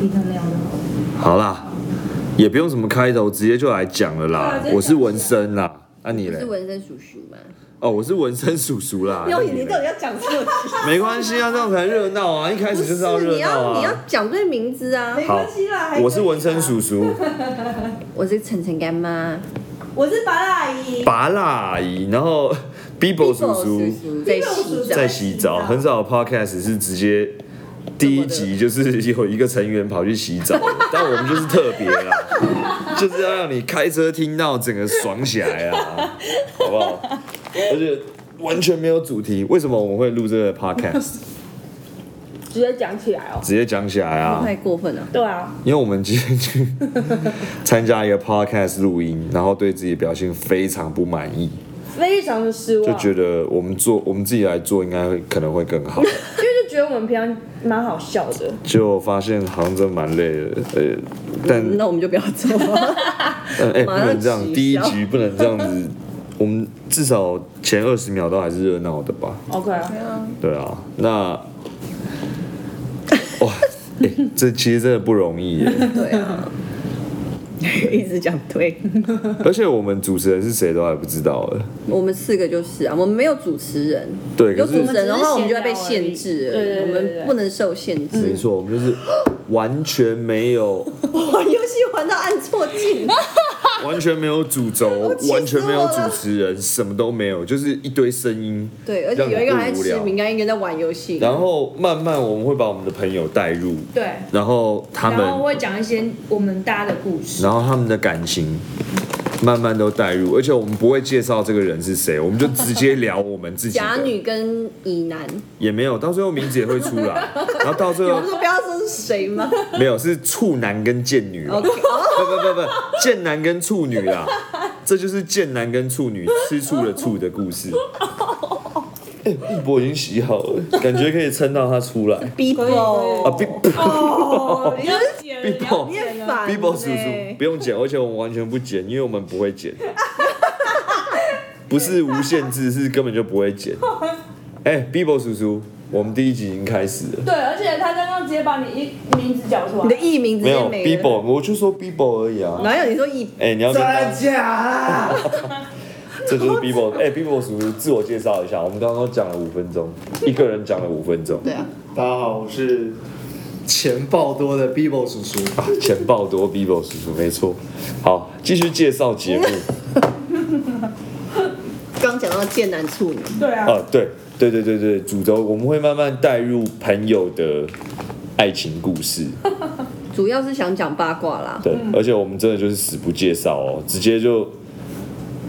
逼成那样就好了。好啦，也不用什么开头，直接就来讲了对啊啦。直接讲我是纹身啦，那、你是嘞？纹身叔叔吗？哦，我是纹身叔叔啦。那你嘞要讲什么？没关系啊，这样才热闹啊！一开不始就是知道，热你闹要你要啊。讲对名字啊！没关系啦，还可以啦我是纹身，叔叔，我是晨晨干妈我是拔蜡阿姨，拔蜡阿姨，然后 Bibo 叔叔叔叔在洗澡在，洗澡，很少有 podcast 是直接第一集就是 有一个成员跑去洗澡，但我们就是特别啦， 就是要让你开车听到整个爽起来啊，好不好？而且完全没有主题，为什么我们会录这个 podcast？直接讲起来哦。直接讲起来啊！太过分了。对啊，因为我们今天 去参加一个 podcast 录音，然后对自己的表现非常不满意，非常的失望，就觉得我们做我们自己来做应该会可能会更 好，因为就觉得我们平常蛮好笑的，就发现好像真的蛮累的，呃，但那我们就不要做 了。但哎、不马上能这样，取消第一局不能这样子，我们至少前二十秒都还是热闹的吧？ OK 啊，对啊，那 哇，哎、这其实真的不容易耶。对啊，一直讲对。而且我们主持人是谁都还不知道了。我们四个就是啊，我们没有主持人，对，可有是主持人的话，我们就会被限制而已对对对我对对们不能受限没制。错，我们就是完全没有， 嗯玩游戏玩到按错键，完全没有主轴， 气死我了完全没有主持人，什么都没有，就是一堆声音。 对，而且有一个人还在吃让你更无饼聊。干，一个人在玩游戏。然后慢慢我们会把我们的朋友带入，对，然后他们，然后会讲一些我们大家的故事，然后他们的感情慢慢都带入，而且我们不会介绍这个人是谁，我们就直接聊我 们自己的。甲女跟乙男，也没有，到最后名字也会出 来，然后到最我后们说不要说是谁吗？没有，是处男跟贱女吧。不不不不，贱男跟处女啦，这就是贱男跟处女吃醋的醋的 故事。哎、一博已经洗好了，感觉可以撑到它出来。逼啊爆， ，B 哦，你要剪了你 B b 要你剪很了，烦 B b 叔欸叔不用剪，而且我们完全不剪，因为我们不会 剪，不是无限制，是根本就不会 剪。哎、b b 叔叔，我们第一集已经开始了。对，而且他刚刚直接把你一名字讲出 你的来，艺名直没接有没 B 了。 b 我就说 B b 而已啊。哪有你说艺？哎、你要跟大家真假啦？ 这就是 Bibo，哎、b i b o 叔叔自我介绍一下，我们刚刚讲了五分钟，一个人讲了五分钟，对啊，大家好，我是钱爆多的 Bibo 叔叔。啊，钱爆多 Bibo 叔叔没错。好，继续介绍节目刚讲到贱男处女，对 啊，啊，对对对对对，主轴我们会慢慢带入朋友的爱情故事，主要是想讲八卦啦。 对，而且我们真的就是死不介绍哦，直接就。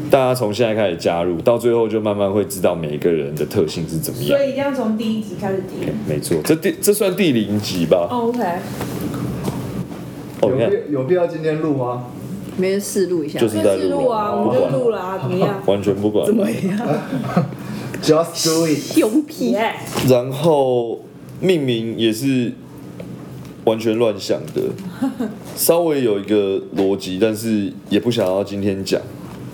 大家从现在开始加入，到最后就慢慢会知道每一个人的特性是怎么样所。以一定要从第一集开始听。没错，这第这算第零集吧？ OK，哦，有你看，必有必要今天录吗？没人试录一下，就是在自录录啊，我们就录了啊，怎么样？完全不管。 Just do it。凶屁。耶，然后命名也是完全乱想 的，稍微有一个逻辑，但是也不想要今天讲。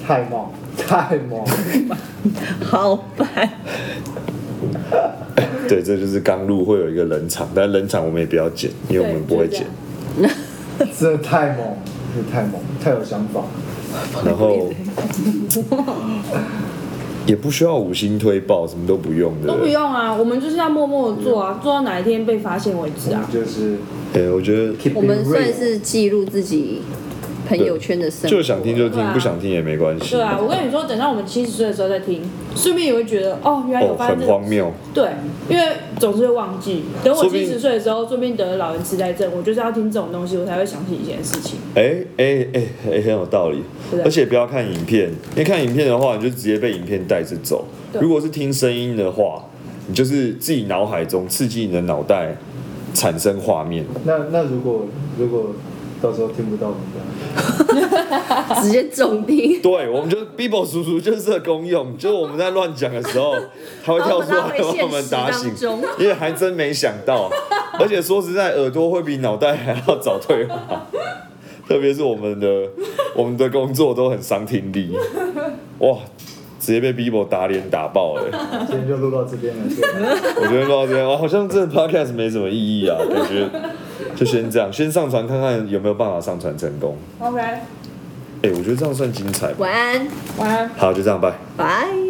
太猛，太 猛！好烦。对，这就是刚录会有一个冷场，但冷场我们也不要剪，因为我们不会剪。真的太猛，真的太猛，太有想法。然后也不需要五星推爆，什么都不用 的。都不用啊，我们就是要默默的做啊，做到哪一天被发现为止啊。就是哎、我觉得 keep it 我们算 real 是记录自己朋友圈的生活，就想听就听，对啊不想听也没关系。对啊，我跟你说，等到我们七十岁的时候再听，顺便也会觉得哦，原来有哦，发现很这荒个。谬。对，因为总是会忘记。等我说不定七十岁的时候，说不定得了老人痴呆症，我就是要听这种东西，我才会想起以前的事情。哎哎哎哎，很有道理对，而且不要看影片，因为看影片的话，你就直接被影片带着走。对如果是听声音的话，你就是自己脑海中刺激你的脑袋产生画面，那那如果如果到时候听不到怎么办？直接重听。对，我们就是 Bibo 叔叔就是这个功用，就是我们在乱讲的时候，他会跳出来把我们拉回现实把我们打醒当中，因为还真没想到。而且说实在，耳朵会比脑袋还要早退化，特别是我们的我们的工作都很伤听力，哇，直接被 Bibo 打脸打爆了、欸今天就录到这边了，谢谢。我觉得录到这边，我好像这 podcast 没什么意义啊，感觉就先这样，先上传看看有没有办法上传成功。 OK，哎、我觉得这样算精彩吧。晚安，晚安。好，就这样，拜。晚安。